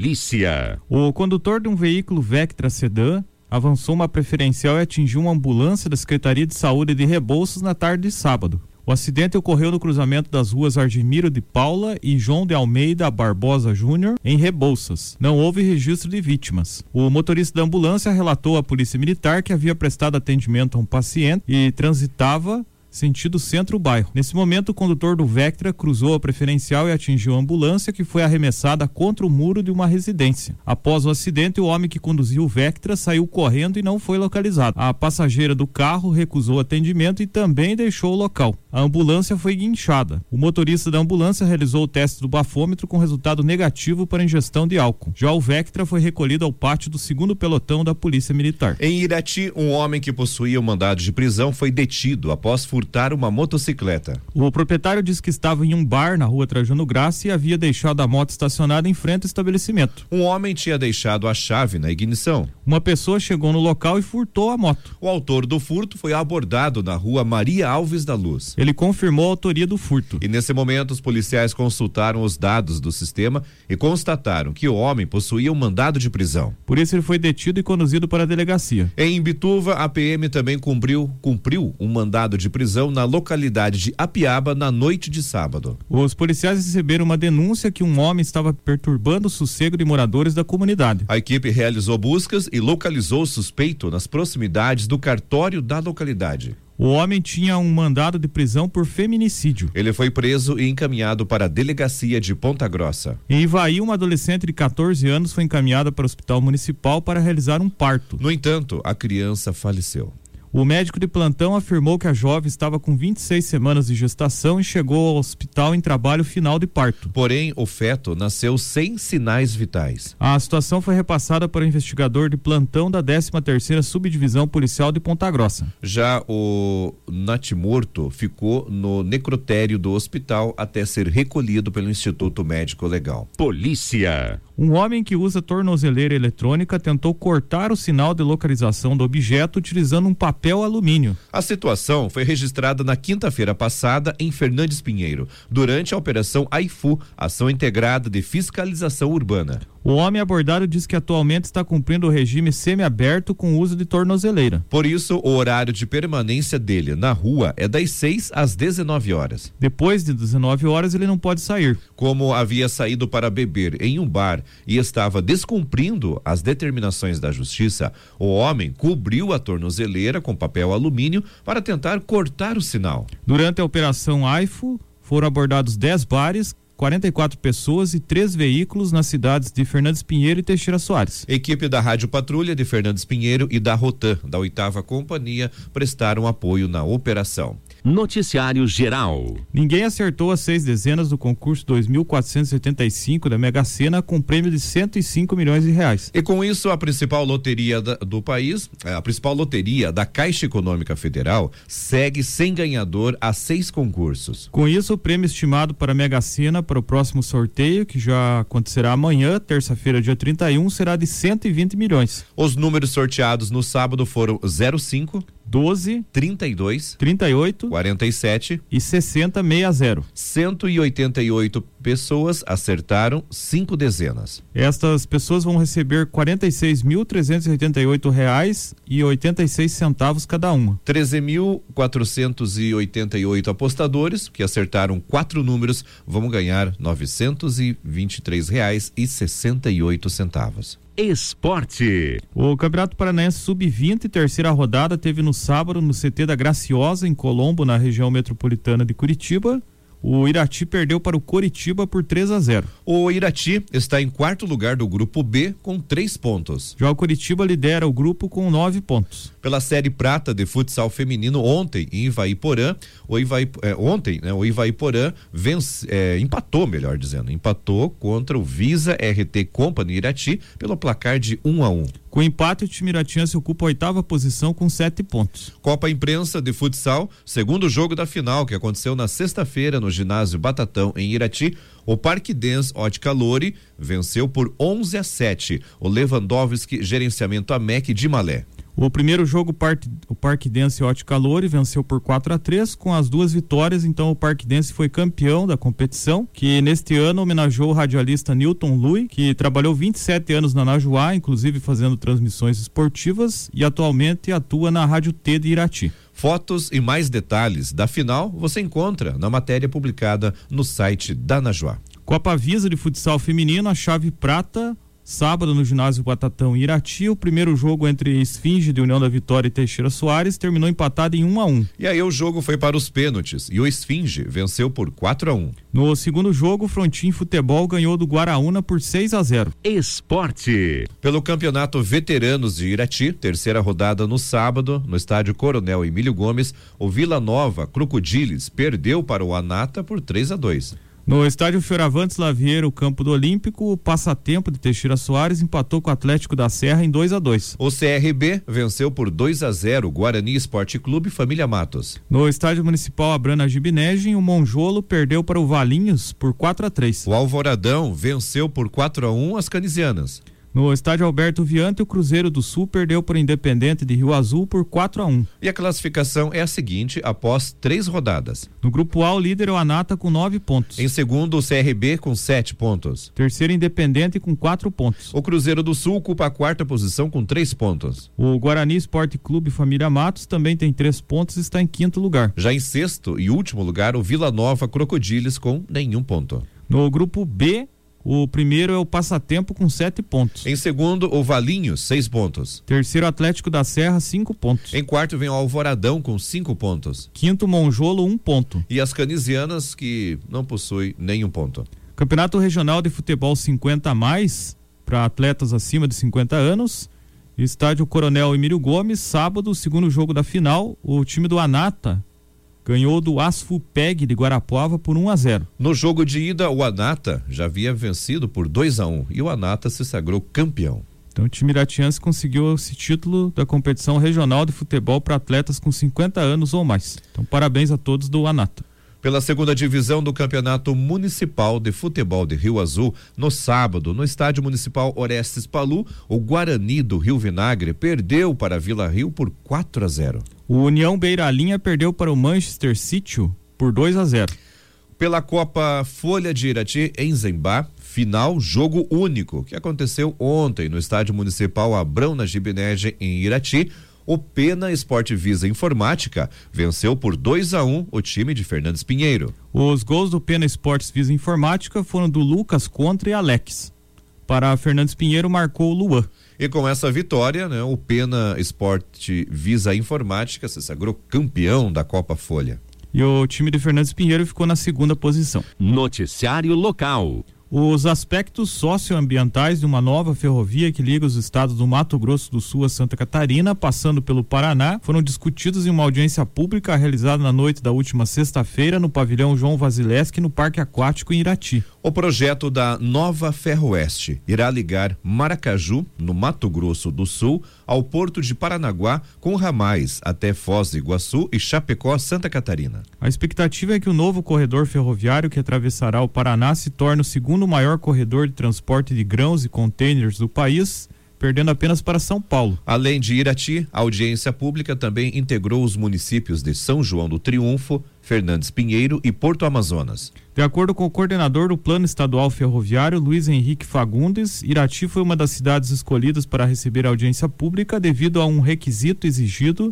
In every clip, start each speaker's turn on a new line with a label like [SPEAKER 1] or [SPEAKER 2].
[SPEAKER 1] Polícia.
[SPEAKER 2] O condutor de um veículo Vectra Sedan avançou uma preferencial e atingiu uma ambulância da Secretaria de Saúde de Rebouças na tarde de sábado. O acidente ocorreu no cruzamento das ruas Argemiro de Paula e João de Almeida Barbosa Júnior, em Rebouças. Não houve registro de vítimas. O motorista da ambulância relatou à Polícia Militar que havia prestado atendimento a um paciente e transitava sentido centro-bairro. Nesse momento, o condutor do Vectra cruzou a preferencial e atingiu a ambulância que foi arremessada contra o muro de uma residência. Após o acidente, o homem que conduziu o Vectra saiu correndo e não foi localizado. A passageira do carro recusou atendimento e também deixou o local. A ambulância foi guinchada. O motorista da ambulância realizou o teste do bafômetro com resultado negativo para ingestão de álcool. Já o Vectra foi recolhido ao pátio do segundo pelotão da Polícia Militar.
[SPEAKER 1] Em Irati, um homem que possuía um mandado de prisão foi detido após fugir furtar uma motocicleta.
[SPEAKER 2] O proprietário disse que estava em um bar na rua Trajano Graça e havia deixado a moto estacionada em frente ao estabelecimento.
[SPEAKER 1] Um homem tinha deixado a chave na ignição.
[SPEAKER 2] Uma pessoa chegou no local e furtou a moto.
[SPEAKER 1] O autor do furto foi abordado na rua Maria Alves da Luz.
[SPEAKER 2] Ele confirmou a autoria do furto.
[SPEAKER 1] E nesse momento, os policiais consultaram os dados do sistema e constataram que o homem possuía um mandado de prisão.
[SPEAKER 2] Por isso, ele foi detido e conduzido para a delegacia.
[SPEAKER 1] Em Bituva, a PM também cumpriu, cumpriu um mandado de prisão na localidade de Apiaba na noite de sábado.
[SPEAKER 2] Os policiais receberam uma denúncia que um homem estava perturbando o sossego de moradores da comunidade.
[SPEAKER 1] A equipe realizou buscas e localizou o suspeito nas proximidades do cartório da localidade.
[SPEAKER 2] O homem tinha um mandado de prisão por feminicídio.
[SPEAKER 1] Ele foi preso e encaminhado para a delegacia de Ponta Grossa.
[SPEAKER 2] Em Ivaí, uma adolescente de 14 anos foi encaminhada para o hospital municipal para realizar um parto.
[SPEAKER 1] No entanto, a criança faleceu.
[SPEAKER 2] O médico de plantão afirmou que a jovem estava com 26 semanas de gestação e chegou ao hospital em trabalho final de parto.
[SPEAKER 1] Porém, o feto nasceu sem sinais vitais.
[SPEAKER 2] A situação foi repassada para o investigador de plantão da 13ª Subdivisão Policial de Ponta Grossa.
[SPEAKER 1] Já o natimorto ficou no necrotério do hospital até ser recolhido pelo Instituto Médico Legal. Polícia.
[SPEAKER 2] Um homem que usa tornozeleira eletrônica tentou cortar o sinal de localização do objeto utilizando um papel alumínio.
[SPEAKER 1] A situação foi registrada na quinta-feira passada em Fernandes Pinheiro, durante a Operação AIFU, Ação Integrada de Fiscalização Urbana.
[SPEAKER 2] O homem abordado diz que atualmente está cumprindo o regime semiaberto com o uso de tornozeleira.
[SPEAKER 1] Por isso, o horário de permanência dele na rua é das 6 às 19 horas.
[SPEAKER 2] Depois de 19 horas, ele não pode sair.
[SPEAKER 1] Como havia saído para beber em um bar e estava descumprindo as determinações da justiça, o homem cobriu a tornozeleira com papel alumínio para tentar cortar o sinal.
[SPEAKER 2] Durante a operação AIFO, foram abordados 10 bares, 44 pessoas e três veículos nas cidades de Fernandes Pinheiro e Teixeira Soares.
[SPEAKER 1] Equipe da Rádio Patrulha de Fernandes Pinheiro e da Rotan, da oitava companhia, prestaram apoio na operação.
[SPEAKER 3] Noticiário Geral.
[SPEAKER 2] Ninguém acertou as seis dezenas do concurso 2.475 da Mega Sena com prêmio de 105 milhões de reais.
[SPEAKER 1] E com isso, a principal loteria da, do país, é, a principal loteria da Caixa Econômica Federal, segue sem ganhador a seis concursos.
[SPEAKER 2] Com isso, o prêmio é estimado para a Mega Sena para o próximo sorteio, que já acontecerá amanhã, terça-feira, dia 31, será de 120 milhões.
[SPEAKER 1] Os números sorteados no sábado foram 05,
[SPEAKER 2] 12,
[SPEAKER 1] 32,
[SPEAKER 2] 38,
[SPEAKER 1] 47
[SPEAKER 2] e 60 6060.
[SPEAKER 1] 188 pessoas acertaram cinco dezenas.
[SPEAKER 2] Estas pessoas vão receber R$ reais e 86 centavos cada uma.
[SPEAKER 1] 13.488 apostadores que acertaram quatro números vão ganhar R$ 923 reais e 68 centavos.
[SPEAKER 3] Esporte.
[SPEAKER 2] O Campeonato Paranaense Sub-20, terceira rodada, teve no sábado no CT da Graciosa, em Colombo, na região metropolitana de Curitiba. O Irati perdeu para o Coritiba por 3 a 0.
[SPEAKER 1] O Irati está em quarto lugar do grupo B com três pontos.
[SPEAKER 2] Já o Coritiba lidera o grupo com nove pontos.
[SPEAKER 1] Pela série prata de futsal feminino ontem em Ivaiporã, o Ivai, eh, ontem né, o Ivaiporã vence, eh, empatou, melhor dizendo, empatou contra o Visa RT Company Irati pelo placar de 1 um a 1. Um.
[SPEAKER 2] Com o empate, o time iratiense ocupa a oitava posição com sete pontos.
[SPEAKER 1] Copa Imprensa de Futsal, segundo jogo da final que aconteceu na sexta-feira no ginásio Batatão em Irati, o Parque Dens Calori venceu por 11 a 7 o Lewandowski Gerenciamento AMEC de Malé.
[SPEAKER 2] O primeiro jogo, parte, o Parquidense Ótimo Calori venceu por 4 a 3 com as duas vitórias, então o Parquidense foi campeão da competição, que neste ano homenageou o radialista Newton Lui, que trabalhou 27 anos na Najuá, inclusive fazendo transmissões esportivas e atualmente atua na Rádio T de Irati.
[SPEAKER 1] Fotos e mais detalhes da final você encontra na matéria publicada no site da Najuá.
[SPEAKER 2] Copa Visa de Futsal Feminino, a chave prata Sábado, no ginásio Batatão em Irati, o primeiro jogo entre Esfinge de União da Vitória e Teixeira Soares terminou empatado em 1 um a 1 um.
[SPEAKER 1] E aí o jogo foi para os pênaltis e o Esfinge venceu por 4 a 1 um.
[SPEAKER 2] No segundo jogo, o Frontin Futebol ganhou do Guaraúna por 6 a 0
[SPEAKER 3] Esporte.
[SPEAKER 1] Pelo Campeonato Veteranos de Irati, terceira rodada no sábado, no estádio Coronel Emílio Gomes, o Vila Nova Crocodiles perdeu para o Anata por 3 a 2
[SPEAKER 2] no estádio Fioravantes Lavieiro, campo do Olímpico, o passatempo de Teixeira Soares empatou com o Atlético da Serra em 2 a 2
[SPEAKER 1] O CRB venceu por 2 a 0 Guarani Esporte Clube Família Matos.
[SPEAKER 2] No estádio municipal Abrana Gibinegem, o Monjolo perdeu para o Valinhos por 4 a 3
[SPEAKER 1] O Alvoradão venceu por 4 a 1 as Canisianas.
[SPEAKER 2] No estádio Alberto Viante, o Cruzeiro do Sul perdeu para o Independente de Rio Azul por 4 a 1.
[SPEAKER 1] E a classificação é a seguinte após três rodadas.
[SPEAKER 2] No grupo A, o líder é o Anata com 9 pontos.
[SPEAKER 1] Em segundo, o CRB com 7 pontos.
[SPEAKER 2] Terceiro, Independente com 4 pontos.
[SPEAKER 1] O Cruzeiro do Sul ocupa a quarta posição com 3 pontos.
[SPEAKER 2] O Guarani Esporte Clube Família Matos também tem 3 pontos e está em quinto lugar.
[SPEAKER 1] Já em sexto e último lugar, o Vila Nova Crocodiles com nenhum ponto.
[SPEAKER 2] No grupo B, o primeiro é o Passatempo com sete pontos.
[SPEAKER 1] Em segundo, o Valinho, seis pontos.
[SPEAKER 2] Terceiro, Atlético da Serra, cinco pontos.
[SPEAKER 1] Em quarto, vem o Alvoradão com cinco pontos.
[SPEAKER 2] Quinto, Monjolo, um ponto.
[SPEAKER 1] E as Canisianas, que não possui nenhum ponto.
[SPEAKER 2] Campeonato Regional de Futebol 50 a mais, para atletas acima de 50 anos. Estádio Coronel Emílio Gomes, sábado, segundo jogo da final, o time do Anata, ganhou do Asfupeg de Guarapuava por 1 a 0.
[SPEAKER 1] No jogo de ida, o Anata já havia vencido por 2 a 1 e o Anata se sagrou campeão.
[SPEAKER 2] Então, o time iratiense conseguiu esse título da competição regional de futebol para atletas com 50 anos ou mais. Então, parabéns a todos do Anata
[SPEAKER 1] pela segunda divisão do Campeonato Municipal de Futebol de Rio Azul, no sábado, no Estádio Municipal Orestes Palu, o Guarani do Rio Vinagre perdeu para Vila Rio por 4 a 0.
[SPEAKER 2] O União Beiralinha perdeu para o Manchester City por 2 a 0.
[SPEAKER 1] Pela Copa Folha de Irati, em Zembá, final jogo único, que aconteceu ontem no Estádio Municipal Abrão na Gibinege, em Irati. O Pena Esporte Visa Informática venceu por 2 a 1 um o time de Fernandes Pinheiro.
[SPEAKER 2] Os gols do Pena Esportes Visa Informática foram do Lucas Contra e Alex. Para Fernandes Pinheiro marcou o Luan.
[SPEAKER 1] E com essa vitória, né, o Pena Esporte Visa Informática se sagrou campeão da Copa Folha.
[SPEAKER 2] E o time de Fernandes Pinheiro ficou na segunda posição.
[SPEAKER 3] Noticiário local.
[SPEAKER 2] Os aspectos socioambientais de uma nova ferrovia que liga os estados do Mato Grosso do Sul a Santa Catarina, passando pelo Paraná, foram discutidos em uma audiência pública realizada na noite da última sexta-feira no pavilhão João Vazileski, no Parque Aquático em Irati.
[SPEAKER 1] O projeto da Nova Ferroeste irá ligar Maracaju, no Mato Grosso do Sul, ao porto de Paranaguá, com ramais até Foz do Iguaçu e Chapecó, Santa Catarina.
[SPEAKER 2] A expectativa é que o novo corredor ferroviário que atravessará o Paraná se torne o segundo segundo maior corredor de transporte de grãos e contêineres do país, perdendo apenas para São Paulo.
[SPEAKER 1] Além de Irati, a audiência pública também integrou os municípios de São João do Triunfo, Fernandes Pinheiro e Porto Amazonas.
[SPEAKER 2] De acordo com o coordenador do Plano Estadual Ferroviário, Luiz Henrique Fagundes, Irati foi uma das cidades escolhidas para receber a audiência pública devido a um requisito exigido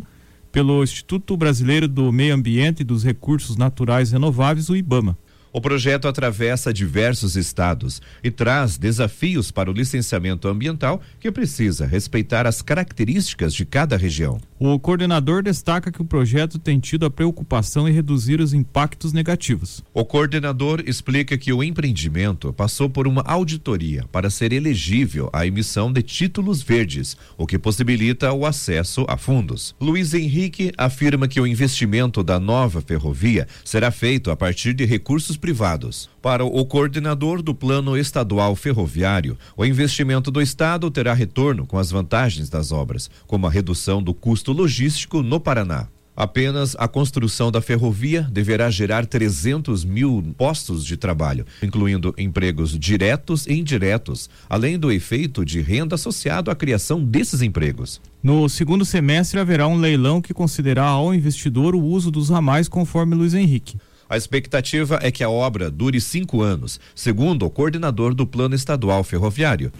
[SPEAKER 2] pelo Instituto Brasileiro do Meio Ambiente e dos Recursos Naturais Renováveis, o IBAMA.
[SPEAKER 1] O projeto atravessa diversos estados e traz desafios para o licenciamento ambiental que precisa respeitar as características de cada região.
[SPEAKER 2] O coordenador destaca que o projeto tem tido a preocupação em reduzir os impactos negativos.
[SPEAKER 1] O coordenador explica que o empreendimento passou por uma auditoria para ser elegível à emissão de títulos verdes, o que possibilita o acesso a fundos. Luiz Henrique afirma que o investimento da nova ferrovia será feito a partir de recursos privados. Para o coordenador do Plano Estadual Ferroviário, o investimento do Estado terá retorno com as vantagens das obras, como a redução do custo logístico no Paraná. Apenas a construção da ferrovia deverá gerar 300 mil postos de trabalho, incluindo empregos diretos e indiretos, além do efeito de renda associado à criação desses empregos.
[SPEAKER 2] No segundo semestre haverá um leilão que considerará ao investidor o uso dos ramais, conforme Luiz Henrique.
[SPEAKER 1] A expectativa é que a obra dure cinco anos, segundo o coordenador do Plano Estadual Ferroviário.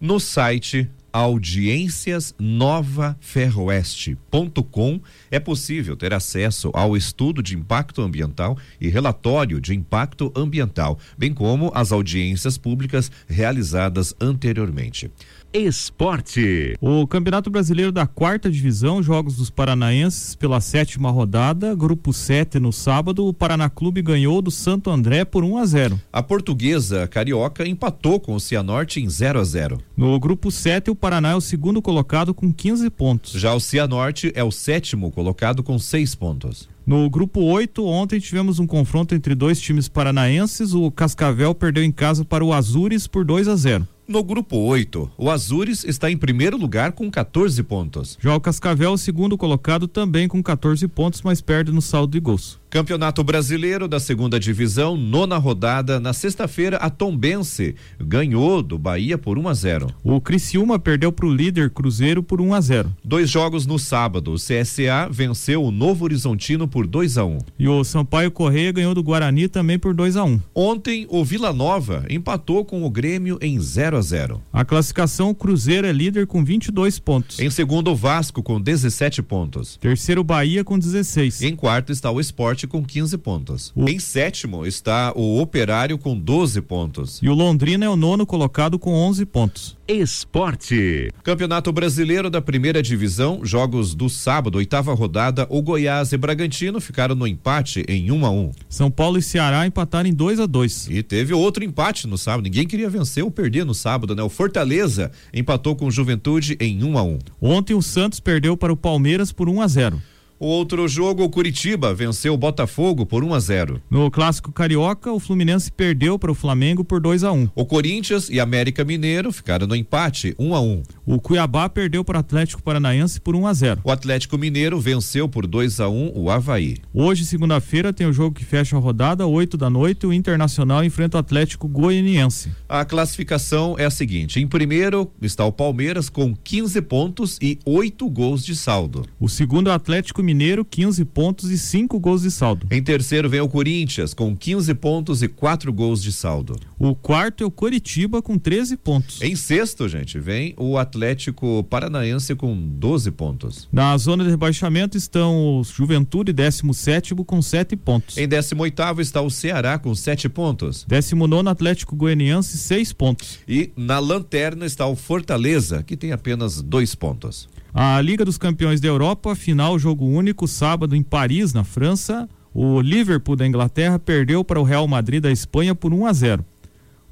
[SPEAKER 1] No site audiênciasnovaferroeste.com é possível ter acesso ao estudo de impacto ambiental e relatório de impacto ambiental, bem como as audiências públicas realizadas anteriormente.
[SPEAKER 3] Esporte.
[SPEAKER 2] O Campeonato Brasileiro da Quarta Divisão, Jogos dos Paranaenses pela sétima rodada, grupo 7 no sábado, o Paraná Clube ganhou do Santo André por 1 a 0.
[SPEAKER 1] A portuguesa carioca empatou com o Cianorte em 0 a 0.
[SPEAKER 2] No grupo 7, o Paraná é o segundo colocado com 15 pontos.
[SPEAKER 1] Já o Cianorte é o sétimo colocado com seis pontos.
[SPEAKER 2] No grupo 8, ontem tivemos um confronto entre dois times paranaenses. O Cascavel perdeu em casa para o Azures por 2 a 0.
[SPEAKER 1] No grupo 8, o Azures está em primeiro lugar com 14 pontos.
[SPEAKER 2] Já o Cascavel, segundo colocado, também com 14 pontos, mas perde no saldo de gols.
[SPEAKER 1] Campeonato Brasileiro da Segunda Divisão, nona rodada. Na sexta-feira, a Tombense ganhou do Bahia por 1 a 0.
[SPEAKER 2] O Criciúma perdeu para o líder Cruzeiro por 1 a 0.
[SPEAKER 1] Dois jogos no sábado. O CSA venceu o Novo Horizontino por 2 a 1.
[SPEAKER 2] E o Sampaio Correia ganhou do Guarani também por 2 a 1.
[SPEAKER 1] Ontem, o Vila Nova empatou com o Grêmio em 0 a 0.
[SPEAKER 2] A classificação, o Cruzeiro é líder com 22 pontos.
[SPEAKER 1] Em segundo, o Vasco com 17 pontos.
[SPEAKER 2] Terceiro, o Bahia com 16.
[SPEAKER 1] Em quarto está o Esporte com 15 pontos. O... Em sétimo está o Operário com 12 pontos.
[SPEAKER 2] E o Londrina é o nono colocado com 11 pontos.
[SPEAKER 3] Esporte.
[SPEAKER 1] Campeonato Brasileiro da Primeira Divisão, jogos do sábado, oitava rodada, o Goiás e Bragantino ficaram no empate em 1 um a 1. Um.
[SPEAKER 2] São Paulo e Ceará empataram em 2 a 2.
[SPEAKER 1] E teve outro empate no sábado, ninguém queria vencer ou perder no sábado, né? O Fortaleza empatou com o Juventude em 1 um a 1.
[SPEAKER 2] Ontem o Santos perdeu para o Palmeiras por 1 a 0.
[SPEAKER 1] O outro jogo, o Curitiba venceu o Botafogo por 1 a 0.
[SPEAKER 2] No clássico carioca, o Fluminense perdeu para o Flamengo por 2 a 1.
[SPEAKER 1] O Corinthians e América Mineiro ficaram no empate 1 a 1.
[SPEAKER 2] O Cuiabá perdeu para o Atlético Paranaense por 1 a 0.
[SPEAKER 1] O Atlético Mineiro venceu por 2 a 1 o Havaí.
[SPEAKER 2] Hoje, segunda-feira, tem o jogo que fecha a rodada, 8 da noite, o Internacional enfrenta o Atlético Goianiense.
[SPEAKER 1] A classificação é a seguinte: em primeiro está o Palmeiras com 15 pontos e 8 gols de saldo.
[SPEAKER 2] O segundo Atlético Mineiro, 15 pontos e 5 gols de saldo.
[SPEAKER 1] Em terceiro vem o Corinthians, com 15 pontos e 4 gols de saldo.
[SPEAKER 2] O quarto é o Coritiba, com 13 pontos.
[SPEAKER 1] Em sexto, gente, vem o Atlético Paranaense, com 12 pontos.
[SPEAKER 2] Na zona de rebaixamento estão o Juventude, 17, com 7 pontos.
[SPEAKER 1] Em 18 está o Ceará, com 7 pontos.
[SPEAKER 2] 19, Atlético Goianiense, 6 pontos.
[SPEAKER 1] E na lanterna está o Fortaleza, que tem apenas 2 pontos.
[SPEAKER 2] A Liga dos Campeões da Europa, final jogo único, sábado em Paris, na França. O Liverpool da Inglaterra perdeu para o Real Madrid da Espanha por 1 a 0.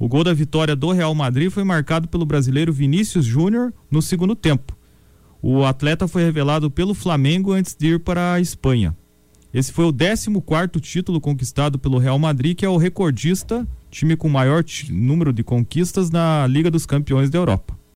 [SPEAKER 2] O gol da vitória do Real Madrid foi marcado pelo brasileiro Vinícius Júnior no segundo tempo. O atleta foi revelado pelo Flamengo antes de ir para a Espanha. Esse foi o 14º título conquistado pelo Real Madrid, que é o recordista, time com maior número de conquistas na Liga dos Campeões da Europa.